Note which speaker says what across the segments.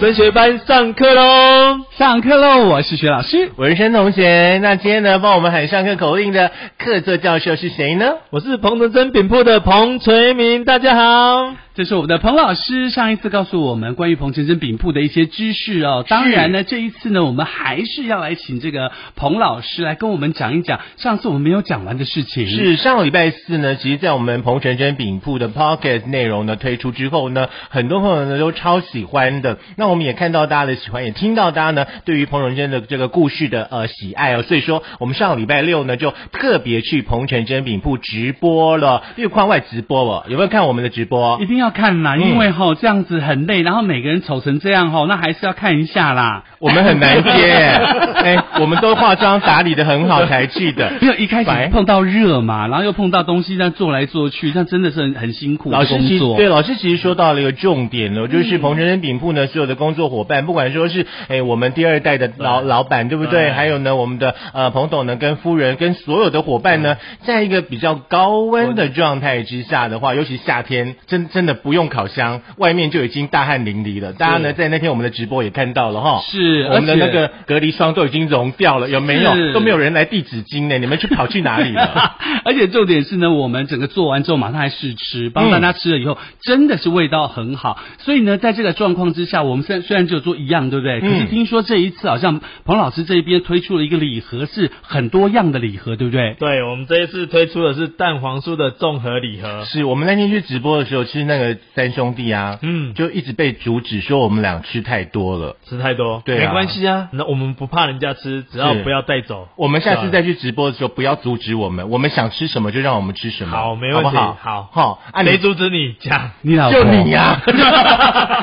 Speaker 1: 升学班上课喽！
Speaker 2: 上课喽！我是徐老师，
Speaker 3: 文生同学，那今天呢，帮我们喊上课口令的客座教授是谁呢？
Speaker 1: 我是彭德珍饼铺的彭垂明，大家好。
Speaker 2: 这是我们的彭老师，上一次告诉我们关于彭先生饼铺的一些知识哦。当然呢，这一次呢，我们还是要来请这个彭老师来跟我们讲一讲上次我们没有讲完的事情。
Speaker 3: 是上个礼拜四呢，其实，在我们彭晨真饼铺的 Pocket 内容呢推出之后呢，很多朋友呢都超喜欢的。那我们也看到大家的喜欢，也听到大家呢对于彭晨真的这个故事的呃喜爱哦。所以说，我们上个礼拜六呢就特别去彭晨真饼铺直播了，因为框外直播哦。有没有看我们的直播？
Speaker 2: 一定要看啦，
Speaker 3: 嗯
Speaker 2: 因为哈、这样子很累，然后每个人丑成这样哈、那还是要看一下啦。
Speaker 3: 我们很难接，哎、我们都化妆打理的很好才去的。
Speaker 2: 没有一开
Speaker 3: 白
Speaker 2: 始碰到热嘛，然后又碰到东西，那做来做去，那真的是很很辛苦
Speaker 3: 老
Speaker 2: 的
Speaker 3: 师
Speaker 2: 工
Speaker 3: 其实
Speaker 2: 作。
Speaker 3: 对老师其实说到了一个重点了，就是彭晨生饼铺呢所有的工作伙伴，不管说是哎我们第二代的老老板对不对？
Speaker 2: 对
Speaker 3: 还有呢我们的呃彭董呢跟夫人跟所有的伙伴呢，
Speaker 2: 嗯
Speaker 3: 在一个比较高温的状态之下的话，尤其夏天，真真的不用烤箱，外面就已经大汗淋漓了。大家呢在那天我们的直播也看到了哈，
Speaker 2: 是
Speaker 3: 我们的
Speaker 2: 而且
Speaker 3: 那个隔离霜都已经融掉了，有没有？
Speaker 2: 是
Speaker 3: 都没有人来递纸巾呢，你们去跑去哪里了？
Speaker 2: 而且重点是呢，我们整个做完之后马上还试吃，帮大家吃了以后，真的是味道很好。所以呢，在这个状况之下，我们虽然虽然只有做一样，对不对？可是
Speaker 3: 嗯
Speaker 2: 听说这一次好像彭老师这边推出了一个礼盒，是很多样的礼盒，对不对？
Speaker 1: 对我们这一次推出的是蛋黄酥的综合礼盒，
Speaker 3: 是我们那天去直播的时候，其实那个三兄弟啊，
Speaker 1: 嗯
Speaker 3: 就一直被阻止说我们俩吃太多了。
Speaker 1: 吃太多，
Speaker 3: 对啊
Speaker 1: 没关系啊，那我们不怕人家吃，只要
Speaker 3: 是
Speaker 1: 不要带走。
Speaker 3: 我们下次再去直播的时候，不要阻止我们，我们想吃什么就让我们吃什么。
Speaker 1: 嗯好没问题
Speaker 3: 好不好？
Speaker 1: 好
Speaker 3: 好，啊，
Speaker 1: 谁
Speaker 3: 你
Speaker 1: 阻止你讲？
Speaker 2: 你老
Speaker 3: 就
Speaker 2: 婆
Speaker 3: 你呀、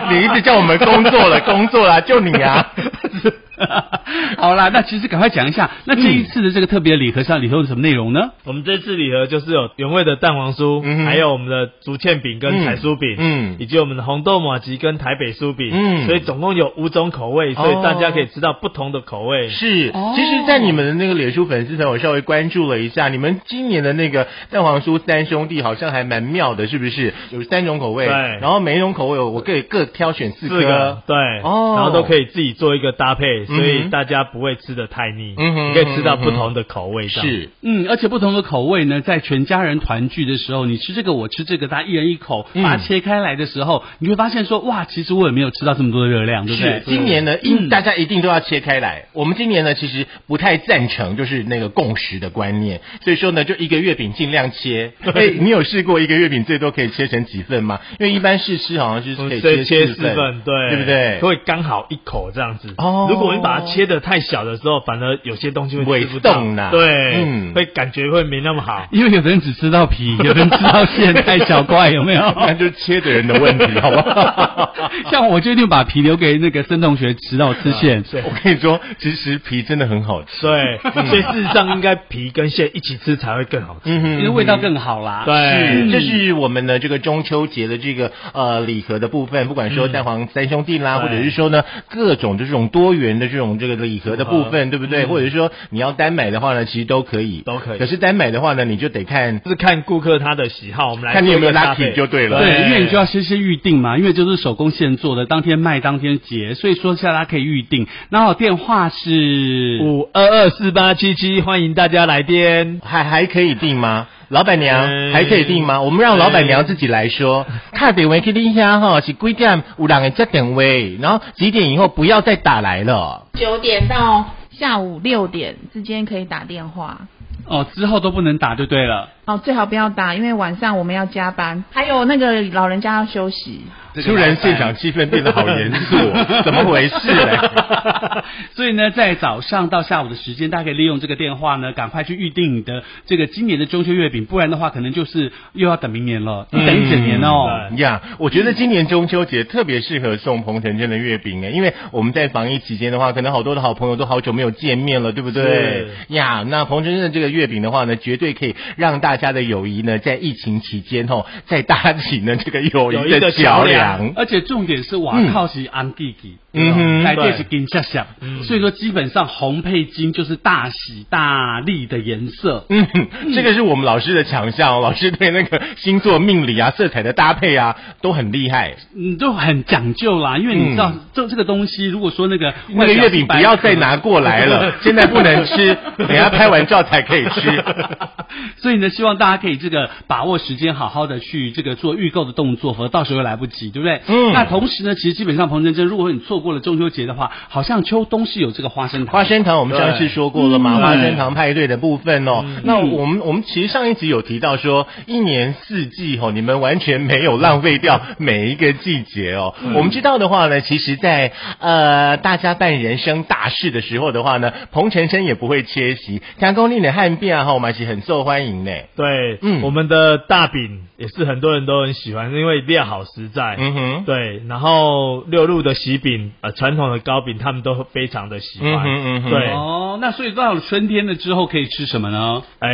Speaker 3: 你一直叫我们工作了，工作了，就你 呀、
Speaker 2: 好啦，那其实赶快讲一下，那这一次的这个特别礼盒上里头有什么内容呢？
Speaker 1: 我们这次礼盒就是有原味的蛋黄酥，
Speaker 3: 嗯哼
Speaker 1: 还有我们的竹签饼跟彩酥饼，
Speaker 3: 嗯嗯
Speaker 1: 以及我们的红豆马吉跟台北酥饼，
Speaker 3: 嗯哦
Speaker 1: 所以总共有五种口味，所以大家可以吃到不同的口味。
Speaker 3: 是
Speaker 2: 哦，
Speaker 3: 其实，在你们的那个脸书粉丝团，我稍微关注了一下，你们今年的那个蛋黄酥三兄弟好像还蛮妙的，是不是？有三种口味，
Speaker 1: 对
Speaker 3: 然后每一种口味我我可以各挑选四颗，
Speaker 1: 四个对，
Speaker 3: 哦
Speaker 1: 然后都可以自己做一个搭配，所
Speaker 3: 嗯
Speaker 1: 以
Speaker 3: 哼
Speaker 1: 大家不会吃的太腻，
Speaker 3: 嗯哼
Speaker 1: 你可以吃到不同的口味这样。
Speaker 3: 是。
Speaker 2: 嗯，而且不同的口味呢，在全家人团聚的时候，你吃这个，我吃这个，大家一人一口，
Speaker 3: 嗯
Speaker 2: 把它切开来的时候，你会发现说，哇，其实我也没有吃到这么多的热量，对不
Speaker 3: 是
Speaker 2: 对？嗯
Speaker 3: 今年呢，一大家一定都要切开来。我们今年呢，其实不太赞成就是那个共识的观念，所以说呢，就一个月饼尽量 切。哎，你有试过一个月饼最多可以切成几份吗？因为一般试吃好像是
Speaker 1: 我
Speaker 3: 可
Speaker 1: 们
Speaker 3: 以
Speaker 1: 切切
Speaker 3: 切
Speaker 1: 四
Speaker 3: 份，
Speaker 1: 份，对，
Speaker 3: 对不对？
Speaker 1: 会刚好一口这样子。
Speaker 3: 哦
Speaker 1: 如果你把它切的太小的时候，反而有些东西会吃不
Speaker 3: 微
Speaker 1: 到
Speaker 3: 动啦，
Speaker 1: 对，
Speaker 3: 嗯
Speaker 1: 会感觉会没那么 好。
Speaker 2: 因为有的人只吃到皮，有的人吃到馅，太小块，有没 有？
Speaker 3: 那就是切的人的问题，好不好？
Speaker 2: 像我就一定把皮留给那个孙同学吃，让我吃馅。
Speaker 1: 对
Speaker 3: 我跟你说，其实皮真的很好吃，
Speaker 1: 对，所以事实上应该皮跟馅一起吃才会更好吃。
Speaker 3: 嗯哼
Speaker 2: 因为味道更好啦。
Speaker 1: 对，
Speaker 3: 是，这是我们的这个中秋节的这个呃礼盒的部分，不管说蛋黄三兄弟啦，
Speaker 1: 嗯对
Speaker 3: 或者是说呢各种这种多元的这种这个礼盒的部分，对不对？或者是说你要单买的话呢，其实都可以，
Speaker 1: 嗯都可以
Speaker 3: 可是单买的话呢，你就得看
Speaker 1: 就是看顾客他的喜好，我们来
Speaker 3: 看你有没有
Speaker 1: 做一个搭
Speaker 3: lucky
Speaker 1: 配
Speaker 3: 就对了
Speaker 2: 对，因为你就要先先预定嘛，因为就是手工现做的，当天卖当天结，所以说下大家可以预定。然后电话是
Speaker 1: 五二二四八七七，欢迎大家来电。
Speaker 3: 还还可以定吗？老板娘
Speaker 1: 嗯
Speaker 3: 还可以定吗？我们让老板娘自己来说。看点位去定一下哈，是几点有人会接电话，然后几点以后不要再打来了。
Speaker 4: 九点到下午六点之间可以打电话。
Speaker 2: 哦，之后都不能打就对了。
Speaker 4: 哦，最好不要打，因为晚上我们要加班，还有那个老人家要休息。
Speaker 3: 突然现场气氛变得好严 肃哦，怎么回事啊嘞？
Speaker 2: 所以呢，在早上到下午的时间，大家可以利用这个电话呢，赶快去预定你的这个今年的中秋月饼，不然的话，可能就是又要等明年了，等一整年哦。
Speaker 1: 嗯
Speaker 3: 呀我觉得今年中秋节特别适合送彭城镇的月饼诶，因为我们在防疫期间的话，可能好多的好朋友都好久没有见面了，对不对？呀那彭城镇的这个月饼的话呢，绝对可以让大家的友谊呢，在疫情期间哦，再搭起呢这个友谊
Speaker 1: 友谊的
Speaker 3: 桥
Speaker 1: 桥
Speaker 3: 强。
Speaker 2: 而且重点是瓦靠是安弟弟，
Speaker 3: 嗯哼
Speaker 2: 来
Speaker 3: 对嗯
Speaker 2: 电是金下下，所以说基本上红配金就是大喜大利的颜色。
Speaker 3: 嗯，这个是我们老师的强项哦，老师对那个星座命理啊、色彩的搭配啊都很厉害。
Speaker 2: 嗯，就很讲究啦，因为你知道
Speaker 3: 嗯，
Speaker 2: 这这个东西，如果说那个
Speaker 3: 那个月饼不要再拿过来了，现在不能吃， 等下拍完照才可以吃。
Speaker 2: 所以呢，希望大家可以这个把握时间，好好的去这个做预购的动作，否则到时候又来不及，对不对？
Speaker 3: 嗯
Speaker 2: 那同时呢，其实基本上彭真真，如果你错过了中秋节的话，好像秋冬是有这个花生糖。
Speaker 3: 花生糖我们上次说过了嘛，
Speaker 2: 对
Speaker 3: 花生糖派对的部分哦。那我们我们其实上一集有提到说，一年四季哦，你们完全没有浪费掉每一个季节哦。我们知道的话呢，其实在，呃大家办人生大事的时候的话呢，彭程生也不会缺席。加工令的汉变啊哈，我们还是很受欢迎呢。
Speaker 1: 对，
Speaker 3: 嗯
Speaker 1: 我们的大饼也是很多人都很喜欢，因为料好实在。
Speaker 3: 嗯哼，
Speaker 1: 对，然后六路的喜饼，呃，传统的糕饼，他们都非常的喜欢。
Speaker 3: 嗯哼嗯哼
Speaker 1: 对，
Speaker 2: 哦，那所以到了春天了之后可以吃什么呢？
Speaker 1: 哎、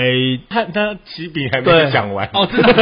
Speaker 3: 他他喜饼还没有
Speaker 1: 对
Speaker 3: 讲完
Speaker 2: 哦，真的，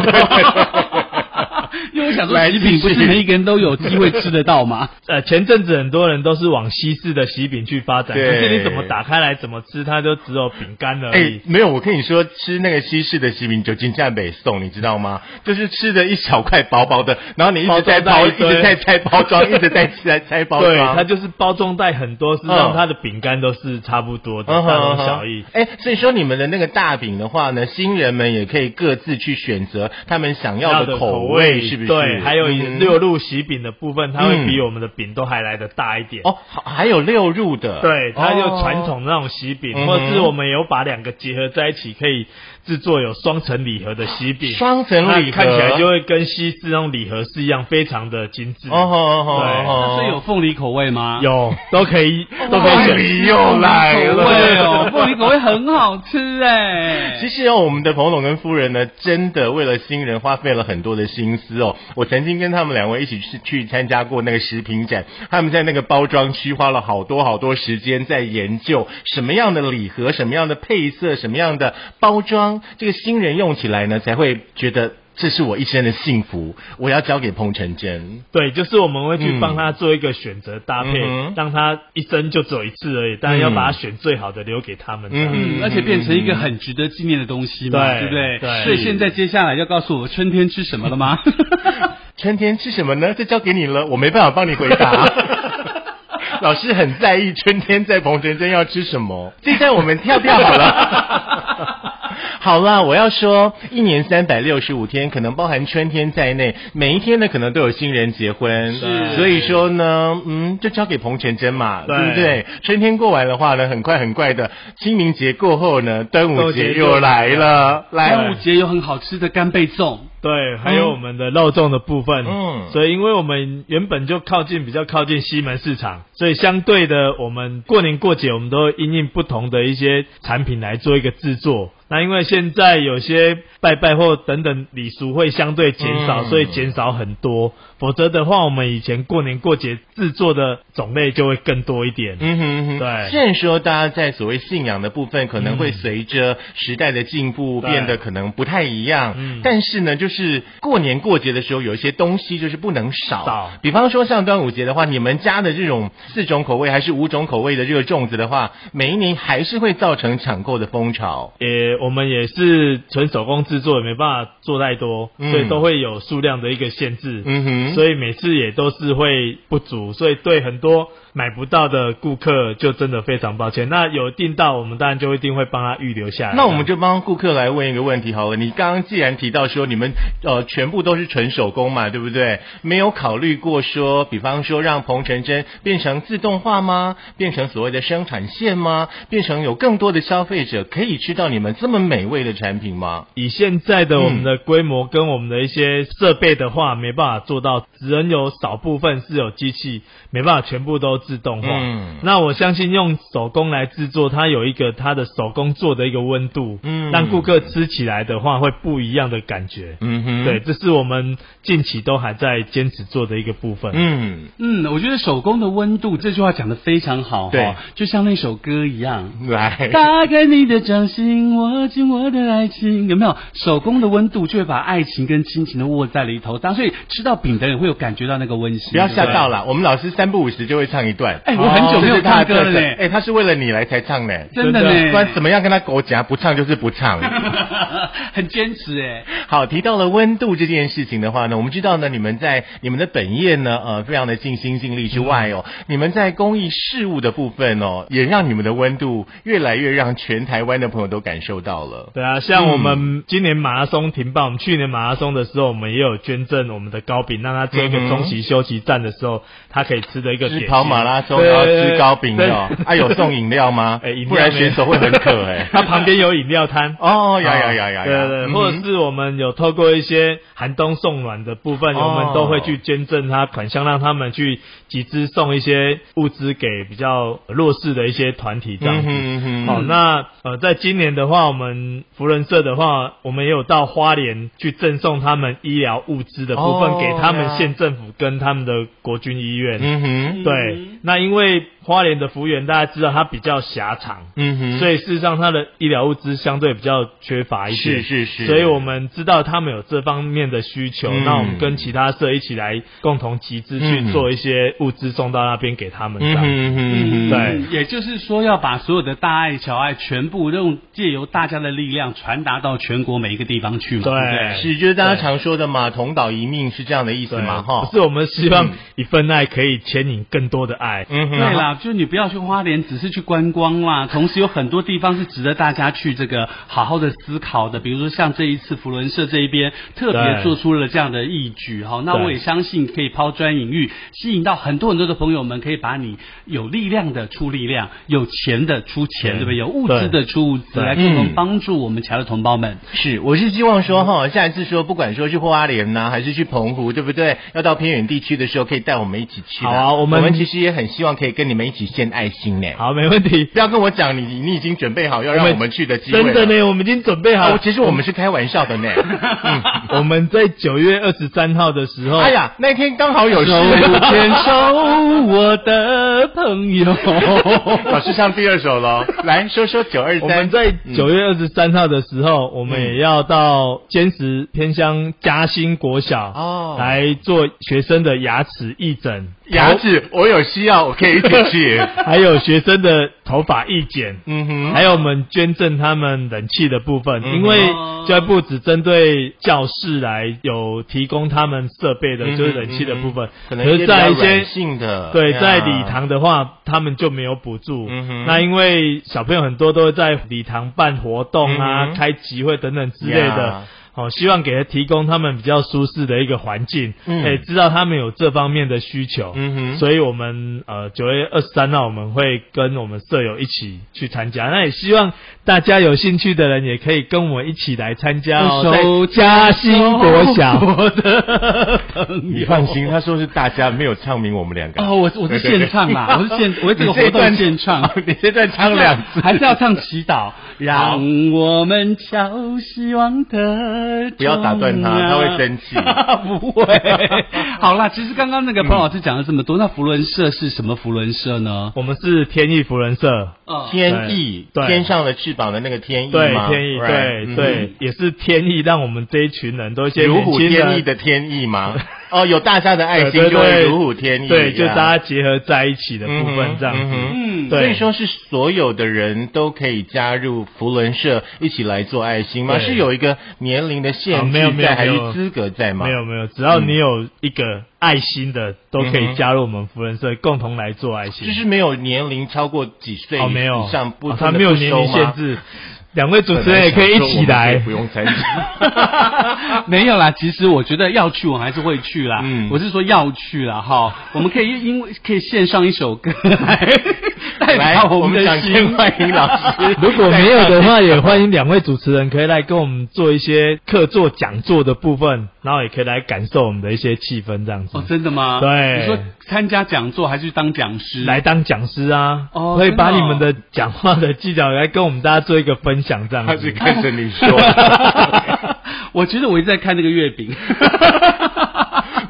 Speaker 2: 因为我想说
Speaker 3: 来，
Speaker 2: 喜饼不是
Speaker 3: 继续
Speaker 2: 每一个人都有机会吃得到吗？
Speaker 1: 呃，前阵子很多人都是往西式的喜饼去发展，可
Speaker 3: 对
Speaker 1: 是你怎么打开来怎么吃，它都只有饼干而
Speaker 3: 哎、
Speaker 1: 已。
Speaker 3: 没有，我跟你说，吃那个西式的西饼酒精价北送，你知道吗？就是吃的一小块薄薄的，然后你一直在包，
Speaker 1: 包装
Speaker 3: 一
Speaker 1: 袋一堆
Speaker 3: 直在拆包装，一直在拆拆包
Speaker 1: 对，
Speaker 3: 装。
Speaker 1: 它就是包装袋很多，是
Speaker 3: 嗯
Speaker 1: 让它的饼干都是差不多的，
Speaker 3: 嗯
Speaker 1: 大
Speaker 3: 哼
Speaker 1: 同小异。。
Speaker 3: 哎、所以说你们的那个大饼的话呢，新人们也可以各自去选择他们想要的口味，是不是？
Speaker 1: 对，还有
Speaker 3: 嗯
Speaker 1: 六路喜饼的部分，它会比
Speaker 3: 嗯
Speaker 1: 我们的饼都还来的大一点。
Speaker 3: 哦，好还有六入的，
Speaker 1: 对，它就传
Speaker 3: 哦。
Speaker 1: 统那种喜饼，
Speaker 3: 嗯哼
Speaker 1: 或者是我们有把两个结合在一起，可以制作有双层礼盒的喜饼。
Speaker 3: 双层礼盒
Speaker 1: 那看起来就会跟西式那种礼盒是一样，非常的精致。
Speaker 3: 哦吼哦吼
Speaker 1: 对
Speaker 3: 哦吼
Speaker 2: 那所以有凤梨口味吗？。
Speaker 1: 有都可以，都可以
Speaker 3: 凤
Speaker 1: 选。
Speaker 3: 梨又来
Speaker 2: 口
Speaker 3: 了，
Speaker 2: 味哦，凤梨口味很好吃哎、
Speaker 3: 其实哦，我们的彭总跟夫人呢，真的为了新人花费了很多的心思哦。我曾经跟他们两位一起去去参加过那个食品展，他们在那个包装区花了好多好多时间在研究什么样的礼盒、什么样的配色、什么样的包装，这个新人用起来呢才会觉得。这是我一生的幸福，我要交给彭成真。
Speaker 1: 对，就是我们会去
Speaker 3: 嗯
Speaker 1: 帮他做一个选择搭配，
Speaker 3: 嗯哼
Speaker 1: 让他一生就只有一次而已，当然要把他选最好的留给他们。这样
Speaker 3: 嗯
Speaker 2: 嗯，而且变成一个很值得纪念的东西嘛，
Speaker 1: 对
Speaker 2: 对不对？
Speaker 1: 对
Speaker 2: 所以现在接下来要告诉我春天吃什么了吗？
Speaker 3: 春天吃什么呢？这交给你了，我没办法帮你回 答。老师很在意春天在彭真真要吃什 么。这在我们跳跳好了。好啦，我要说，一年三百六十五天，可能包含春天在内，每一天呢，可能都有新人结婚，
Speaker 2: 是
Speaker 3: 所以说呢，嗯，就交给彭晨真嘛，
Speaker 1: 对
Speaker 3: 对不对？春天过完的话呢，很快很快的，清明节过后呢，端午节又来了，
Speaker 2: 端午
Speaker 3: 来，
Speaker 2: 节有很好吃的干贝粽，
Speaker 1: 对，还有我们的肉粽的部分，
Speaker 3: 嗯
Speaker 1: 嗯，所以因为我们原本就靠近比较靠近西门市场，所以相对的，我们过年过节我们都会因应不同的一些产品来做一个制作。那因为现在有些拜拜或等等礼俗会相对减少，
Speaker 3: 嗯
Speaker 1: 所以减少很多。否则的话，我们以前过年过节制作的种类就会更多一点。
Speaker 3: 嗯哼哼，
Speaker 1: 对
Speaker 3: 虽然说大家在所谓信仰的部分，可能会随着时代的进步
Speaker 1: 嗯对
Speaker 3: 变得可能不太一样，
Speaker 1: 嗯
Speaker 3: 但是呢，就是过年过节的时候，有一些东西就是不能少。
Speaker 1: 少
Speaker 3: 比方说像端午节的话，你们家的这种四种口味还是五种口味的这个粽子的话，每一年还是会造成抢购的风潮。
Speaker 1: 也我们也是纯手工制作，也没办法做太多，
Speaker 3: 嗯
Speaker 1: 所以都会有数量的一个限制。
Speaker 3: 嗯哼，
Speaker 1: 所以每次也都是会不足，所以对很多买不到的顾客就真的非常抱歉。那有订到，我们当然就一定会帮他预留
Speaker 2: 哎
Speaker 1: 下来。
Speaker 3: 那我们就帮顾客来问一个问题好了。你刚刚既然提到说你们呃全部都是纯手工嘛，对不对？没有考虑过说，比方说让彭程真变成自动化吗？变成所谓的生产线吗？变成有更多的消费者可以吃到你们这么美味的产品吗？
Speaker 1: 以现在的我们
Speaker 3: 嗯
Speaker 1: 的规模跟我们的一些设备的话，没办法做到，只能有少部分是有机器，没办法全部都自动化。
Speaker 3: 嗯
Speaker 1: 那我相信用手工来制作，它有一个它的手工做的一个温度，
Speaker 3: 嗯
Speaker 1: 让顾客吃起来的话会不一样的感觉。
Speaker 3: 嗯哼，
Speaker 1: 对，，这是我们近期都还在坚持做的一个部分。
Speaker 3: 嗯，
Speaker 2: 嗯，我觉得手工的温度这句话讲的非常好、哦，
Speaker 3: 对，
Speaker 2: 就像那首歌一样。
Speaker 3: 来。
Speaker 2: 打开你的掌心，我握紧我的爱情，有没有？手工的温度就会把爱情跟亲情都握在了一头当，所以吃到饼的人会有感觉到那个温馨。
Speaker 3: 不要吓
Speaker 2: 对对
Speaker 3: 到啦，我们老师三不五时就会唱一段。哦
Speaker 2: 哎我很久没有
Speaker 3: 这是他
Speaker 2: 唱
Speaker 3: 的
Speaker 2: 歌了
Speaker 3: 特色
Speaker 2: 嘞
Speaker 3: 哎，他是为了你来才唱嘞，
Speaker 2: 真的
Speaker 1: 真
Speaker 2: 呢，
Speaker 3: 不然怎么样跟他狗夹？不唱就是不唱。
Speaker 2: 很坚持哎。
Speaker 3: 好，提到了温度这件事情的话呢，我们知道呢，你们在你们的本业呢，呃，非常的尽心尽力之外哦，
Speaker 1: 嗯
Speaker 3: 你们在公益事务的部分哦，也让你们的温度越来越让全台湾的朋友都感受到了。
Speaker 1: 对啊，像我们今年马拉松停办，我们去年马拉松的时候，我们也有捐赠我们的糕饼，让他做一
Speaker 3: 嗯哼
Speaker 1: 个中期休息站的时候，他可以吃的一个点
Speaker 3: 是
Speaker 1: 心。
Speaker 3: 跑马拉松，
Speaker 1: 对
Speaker 3: 然后吃糕饼的、哦
Speaker 1: 对，
Speaker 3: 啊，有送饮料吗？
Speaker 1: 哎、饮料
Speaker 3: 不然
Speaker 1: 没
Speaker 3: 选手会很 渴哎、
Speaker 1: 它旁边有饮料摊。
Speaker 3: 哦，呀呀呀呀呀，
Speaker 1: 啊对对，
Speaker 3: 嗯
Speaker 1: 或者是我们有透过一些寒冬送暖的部分，
Speaker 3: 哦
Speaker 1: 我们都会去捐赠他款项，让他们去集资送一些物资给比较弱势的一些团体这样
Speaker 3: 嗯
Speaker 1: 子。
Speaker 3: 哼嗯哼，
Speaker 1: 好，那呃，在今年的话，我们福仁社的话，我们也有到花莲去赠送他们医疗物资的部分、
Speaker 3: 哦
Speaker 1: 给他
Speaker 3: 对啊
Speaker 1: 们县政府跟他们的国军医院。
Speaker 3: 嗯哼，
Speaker 1: 对，那因为花莲的幅员大家知道它比较狭长，
Speaker 3: 嗯哼，
Speaker 1: 所以事实上它的医疗物资相对比较缺乏一些。
Speaker 3: 是是是，
Speaker 1: 所以我们知道他们有这方面的需求，
Speaker 3: 嗯
Speaker 1: 那我们跟其他社一起来共同集资
Speaker 3: 嗯
Speaker 1: 去做一些物资送到那边给他们。这
Speaker 3: 嗯
Speaker 1: 样。
Speaker 3: 哼嗯哼，嗯哼
Speaker 1: 对
Speaker 2: 也就是说要把所有的大爱、小爱全部用借由大家的力量传达到全国每一个地方去嘛。
Speaker 1: 对
Speaker 2: 不
Speaker 3: 是，就是大家常说的嘛，同岛一命是这样的意思
Speaker 1: 对
Speaker 3: 嘛，哈
Speaker 1: 不。是我们希望
Speaker 3: 嗯
Speaker 1: 一份爱可以牵引更多的爱。
Speaker 3: 嗯哼，
Speaker 2: 对啦，就你不要去花莲，只是去观光啦。同时有很多地方是值得大家去这个好好的思考的，比如说像这一次福伦社这一边特别
Speaker 1: 对
Speaker 2: 做出了这样的义举哈。那
Speaker 1: 对
Speaker 2: 我也相信可以抛砖引玉，吸引到很多很多的朋友们，可以把你有力量的出力量，有钱的出钱，
Speaker 1: 对
Speaker 2: 对不对？有物资的出物资，
Speaker 1: 对
Speaker 2: 来共
Speaker 3: 嗯
Speaker 2: 同帮助我们侨的同胞们。
Speaker 3: 是，我是希望说哈，下一次说不管说去花莲呐、还是去澎湖，对不对？要到偏远地区的时候，可以带我们一起去啦。
Speaker 1: 好啊
Speaker 3: 我
Speaker 1: 我们
Speaker 3: 其实也很希望可以跟你们一起献爱心呢。
Speaker 1: 好，没问题。
Speaker 3: 不要跟我讲你你已经准备好要让我们去的机会
Speaker 1: 真
Speaker 3: 了
Speaker 1: 的呢，我们已经准备好
Speaker 3: 啊
Speaker 1: 了。
Speaker 3: 其实我们是开玩笑的 呢。嗯
Speaker 1: 我们在九月二十三号的时候，
Speaker 3: 哎呀，那天刚好哦有事。
Speaker 2: 牵手，我的朋友。
Speaker 3: 老师上第二首喽，来说说九二三。
Speaker 1: 我们在九
Speaker 3: 月
Speaker 1: 月二十三号的时
Speaker 3: 嗯
Speaker 1: 候，我们也要到坚持偏乡嘉兴国小
Speaker 3: 哦
Speaker 1: 来做学生的牙齿义诊、
Speaker 3: 嗯牙齿，我有需要，我可以一起 去。
Speaker 1: 头，还有学生的头发义剪。
Speaker 3: 嗯哼，
Speaker 1: 还有我们捐赠他们冷气的部分，
Speaker 3: 嗯
Speaker 1: 因为教育部只针对教室来有提供他们设备的，就是冷气的部分
Speaker 3: 嗯。
Speaker 1: 可
Speaker 3: 可能
Speaker 1: 是在一些
Speaker 3: 性的，
Speaker 1: 对，
Speaker 3: 呀
Speaker 1: 在礼堂的话，他们就没有补助。
Speaker 3: 嗯哼
Speaker 1: 那因为小朋友很多都会在礼堂办活动啊、
Speaker 3: 嗯哼
Speaker 1: 开集会等等之类
Speaker 3: 呀
Speaker 1: 的。哦，希望给他提供他们比较舒适的一个环境，
Speaker 3: 嗯
Speaker 1: 哎，知道他们有这方面的需求，
Speaker 3: 嗯哼
Speaker 1: 哦所以我们呃九月二十三号我们会跟我们舍友一起去参加，那也希望大家有兴趣的人也可以跟我们一起来参加哦，
Speaker 2: 手
Speaker 1: 在嘉兴国小，
Speaker 2: 我的朋
Speaker 3: 你
Speaker 2: 友。
Speaker 3: 放 心，他说是大家没有唱明我们两个。
Speaker 2: 哦，我 我是现唱啦，我是现我这个活
Speaker 3: 你段
Speaker 2: 动现唱，
Speaker 3: 你这段唱两次，
Speaker 2: 还是要唱祈祷，
Speaker 3: 好
Speaker 2: 让我们敲希望的钟啊
Speaker 3: 不要打断他他会 生气
Speaker 2: 不会。好啦，其实刚刚那个彭老师讲了这么多，那福伦社是什么福伦社呢？
Speaker 1: 我们是天意福人社，
Speaker 2: 哦
Speaker 3: 天意，
Speaker 1: 对
Speaker 3: 天上的翅膀的那个天意
Speaker 1: 对
Speaker 3: 吗？
Speaker 1: 天意，
Speaker 3: Right，
Speaker 1: 对
Speaker 3: 嗯
Speaker 1: 对，也是天意，让我们这一群人都一些
Speaker 3: 如
Speaker 1: 年
Speaker 3: 虎
Speaker 1: 轻
Speaker 3: 添翼
Speaker 1: 人。
Speaker 3: 的天意 吗？哦，有大家的爱
Speaker 1: 对
Speaker 3: 心
Speaker 1: 对
Speaker 3: 就会
Speaker 1: 对，
Speaker 3: 如虎添翼，
Speaker 1: 对，就
Speaker 3: 呀
Speaker 1: 大家结合在一起的部
Speaker 3: 嗯
Speaker 1: 分
Speaker 3: 哼
Speaker 1: 这样
Speaker 3: 嗯哼
Speaker 1: 子。
Speaker 2: 嗯，
Speaker 1: 对
Speaker 3: 所以说是所有的人都可以加入福伦社一起来做爱心吗？
Speaker 1: 对
Speaker 3: 是有一个年龄的限
Speaker 1: 啊
Speaker 3: 制在，
Speaker 1: 没有没有
Speaker 3: 还
Speaker 1: 没
Speaker 3: 是
Speaker 1: 有
Speaker 3: 资格在吗？
Speaker 1: 没有没有，只要你有一个爱心的，都可
Speaker 3: 嗯哼
Speaker 1: 以加入我们福人社，共同来做爱心。
Speaker 3: 就是没有年龄超过几岁
Speaker 1: 哦，没有
Speaker 3: 以上不，
Speaker 1: 哦
Speaker 3: 真
Speaker 1: 他
Speaker 3: 的
Speaker 1: 没有
Speaker 3: 不
Speaker 1: 年
Speaker 3: 收
Speaker 1: 龄
Speaker 3: 吗
Speaker 1: 限。 制，两位主持人也可以一起
Speaker 3: 本
Speaker 1: 来。
Speaker 3: 想说我们可以不。用 参 加。
Speaker 2: 没有啦，其实我觉得要去，我还是会去啦。
Speaker 3: 嗯
Speaker 2: 我是说要去啦，哈，我们可以因为可以献上一首歌来 代
Speaker 3: 来，
Speaker 2: 表
Speaker 3: 我
Speaker 2: 们
Speaker 3: 们
Speaker 2: 的
Speaker 3: 掌
Speaker 2: 心。
Speaker 3: 声欢迎老师
Speaker 1: 如果没有的话，也欢迎两位主持人可以来跟我们做一些课座、讲座的部分，然后也可以来感受我们的一些气氛，这样子。
Speaker 2: 哦，真的吗？
Speaker 1: 对
Speaker 2: 你说参加讲座还是当讲师？
Speaker 1: 来当讲师啊，
Speaker 2: 哦
Speaker 1: 会
Speaker 2: 真的哦
Speaker 1: 把你们的讲话的技巧来跟我们大家做一个分享，这样
Speaker 3: 他
Speaker 1: 子。
Speaker 3: 是看着你说。
Speaker 2: 我觉得我一直在看那个月饼。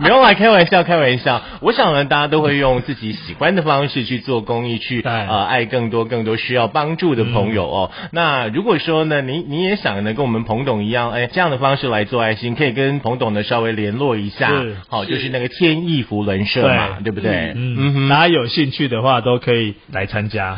Speaker 3: 没有啊啦，开玩笑，开玩笑。我想呢，大家都会用自己喜欢的方式去做公益，去
Speaker 1: 对
Speaker 3: 呃爱更多更多需要帮助的朋友哦。那如果说呢，您你也想呢跟我们彭董一样，哎，这样的方式来做爱心，可以跟彭董呢稍微联络一下
Speaker 1: 是，
Speaker 3: 好、就是那个天意福伦社嘛，
Speaker 1: 对
Speaker 3: 对不对？
Speaker 1: 嗯，大家有兴趣的话都可以来参加。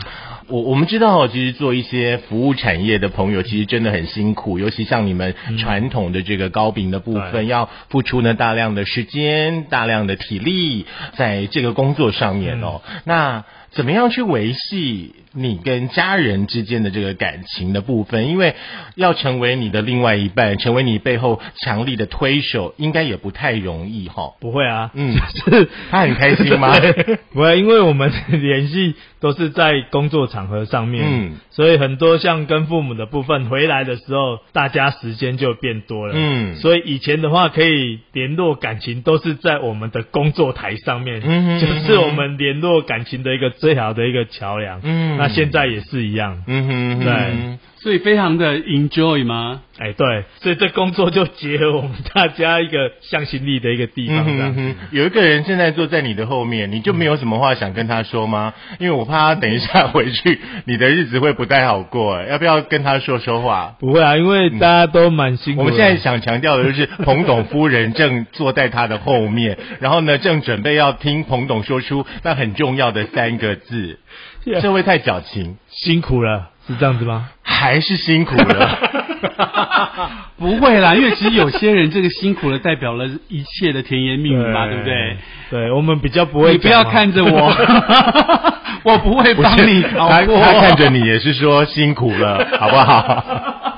Speaker 3: 我我们知道哦，其实做一些服务产业的朋友，其实真的很辛苦，尤其像你们传统的这个糕饼的部分，
Speaker 1: 嗯对
Speaker 3: 要付出呢大量的时间、大量的体力在这个工作上面哦。
Speaker 1: 嗯
Speaker 3: 那怎么样去维系你跟家人之间的这个感情的部分？因为要成为你的另外一半，成为你背后强力的推手，应该也不太容易哈、
Speaker 1: 不会啊，
Speaker 3: 嗯
Speaker 1: 是
Speaker 3: 他很开心吗
Speaker 1: 对 不会，因为我们联系都是在工作场合上面，
Speaker 3: 嗯
Speaker 1: 所以很多像跟父母的部分，回来的时候大家时间就变多了，
Speaker 3: 嗯
Speaker 1: 所以以前的话可以联络感情，都是在我们的工作台上面，
Speaker 3: 嗯哼
Speaker 1: 就是我们联络感情的一个最好的一个桥梁，
Speaker 3: 嗯
Speaker 1: 那现在也是一样，
Speaker 3: 嗯哼
Speaker 1: 对
Speaker 3: 嗯哼
Speaker 2: 所以非常的 enjoy 吗？
Speaker 1: 哎、对，所以这工作就结合我们大家一个向心力的一个地方，这样
Speaker 3: 嗯哼
Speaker 1: 子。
Speaker 3: 嗯哼，有一个人正在坐在你的后面，你就没有什么话想跟他说吗？因为我怕他等一下回去，你的日子会不太好过。 哎要不要跟他说说话？
Speaker 1: 不会啊，因为大家都蛮辛苦
Speaker 3: 我
Speaker 1: 的、
Speaker 3: 们现在想强调的就是，彭董夫人正坐在他的后面， 然后呢，正准备要听彭董说出那很重要的三个字，
Speaker 1: Yeah
Speaker 3: 这会太矫情，
Speaker 1: 辛苦了，是这样子吗？
Speaker 3: 还是辛苦 了。
Speaker 2: 不会啦，因为其实有些人这个辛苦了，代表了一切的甜言蜜语嘛，对不对？？
Speaker 1: 对，我们比较不会
Speaker 3: 啊
Speaker 2: 你
Speaker 1: 讲嘛。
Speaker 2: 不要看 着我， 我不会帮你熬
Speaker 3: 他
Speaker 2: 过。
Speaker 3: 他看着你也是说辛苦了，好不好？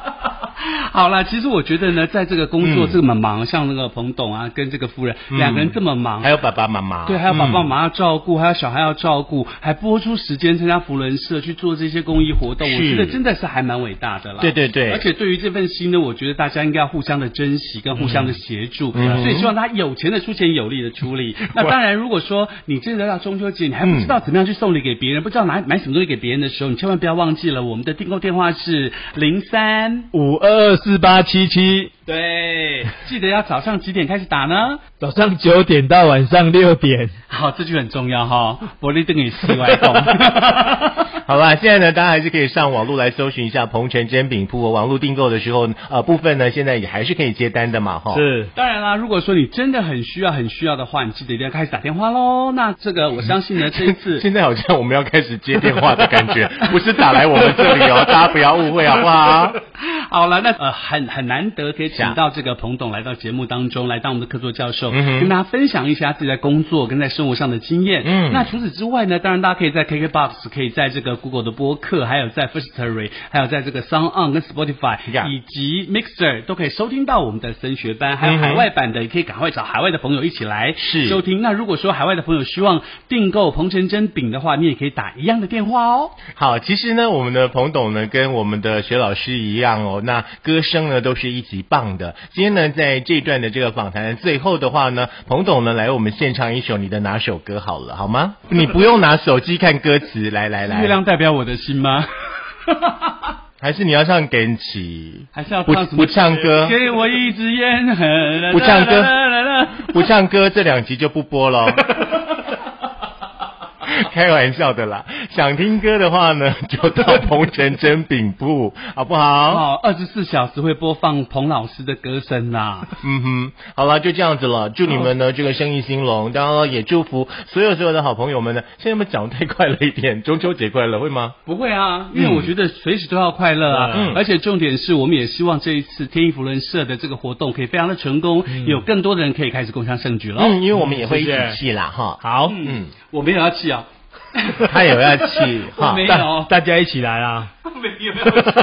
Speaker 2: 好啦，其实我觉得呢，在这个工作
Speaker 3: 嗯
Speaker 2: 这么忙，像那个彭董啊，跟这个夫人、两个人这么忙
Speaker 3: 还，有爸爸妈妈，
Speaker 2: 对，还有爸爸妈妈要照顾，还有小孩要照顾，还拨出时间参加福伦社去做这些公益活动，我觉
Speaker 3: 是
Speaker 2: 得真的是还蛮伟大的啦。
Speaker 3: 对对对
Speaker 2: 而且对于这份心呢，我觉得大家应该要互相的珍惜跟互相的协助，
Speaker 3: 嗯
Speaker 2: 所以希望他有钱的出钱，有力的出 力。那当然，如果说你真的到中秋节，你还不
Speaker 3: 嗯
Speaker 2: 知道怎么样去送礼给别人，不知道拿买什么东西给别人的时候，你千万不要忘记了我们的订购电话是零三，
Speaker 1: 五二二四八七七，
Speaker 2: 对，记得要早上几点开始打呢？
Speaker 1: 早上九点到晚上六点。
Speaker 2: 好，这句很重要哈、伯利顿也是外公。
Speaker 3: 好吧，现在呢，大家还是可以上网络来搜寻一下鹏城煎饼铺哦。网络订购的时候，呃，部分呢现在也还是可以接单的嘛，哈。。
Speaker 1: 是，
Speaker 2: 当然啦，如果说你真的很需要、很需要的话，你记得一定要开始打电话喽。那这个我相 信呢，这一次
Speaker 3: 现在好像我们要开始接电话的感觉， 不是打来我们这里哦， 大家不要误会好不好？
Speaker 2: 好了，那呃很很难得可以请到这个彭董来到节目当中，来当我们的客座教授，
Speaker 3: 啊嗯哼
Speaker 2: 跟大家分享一下自己在工作跟在生活上的经验。
Speaker 3: 嗯
Speaker 2: 那除此之外呢，当然大家可以在 KKBox，可以在这个 Google 的播客，还有在 Firstory，还有在这个 Sound On 跟 Spotify，、
Speaker 3: Yeah
Speaker 2: 以及 Mixer 都可以收听到我们的升学班，还有
Speaker 3: 嗯哼
Speaker 2: 海外版的，也可以赶快找海外的朋友一起来
Speaker 3: 是
Speaker 2: 收听。那如果说海外的朋友希望订购彭城真饼的话，你也可以打一样的电话哦。
Speaker 3: 好，其实呢，我们的彭董呢跟我们的学老师一样哦，那歌声呢都是一级棒的。今天呢，在这一段的这个访谈的最后的话呢，彭董呢来我们献唱一首你的哪首歌好了，好吗？你不用拿手机看歌词，来来来，
Speaker 2: 月亮代表我的心 吗？
Speaker 3: 还是你要唱《跟起
Speaker 2: 还是要》？
Speaker 3: 不
Speaker 2: 唱什么？
Speaker 3: 不唱歌，
Speaker 2: 给我一支烟，
Speaker 3: 不唱歌 不
Speaker 2: 不
Speaker 3: 唱歌，这两集就不 播了。开玩笑的啦，想听歌的话呢， 就到彭城真饼铺，好不好？
Speaker 2: 哦，二十四小时会播放彭老师的歌声啦。
Speaker 3: 嗯哼，好了，就这样子了。祝你们呢这个生意兴隆，当然也祝福所有所有的好朋友们呢。现在我们讲得太快了一点，中秋节快乐，会吗？
Speaker 2: 不会啊，因为我觉得随时都要快乐啊，
Speaker 3: 嗯
Speaker 2: 而且重点是我们也希望这一次天意福伦社的这个活动可以非常的成功，有更多的人可以开始共襄盛举了。
Speaker 3: 嗯，因为我们也会一
Speaker 1: 谢谢
Speaker 3: 起去啦，哈。
Speaker 1: 好，
Speaker 3: 嗯，
Speaker 2: 我没有要气 啊，
Speaker 3: 他也要去哈
Speaker 2: 没 有
Speaker 1: 嗯大大家一起来啦。啊
Speaker 2: 没有要气。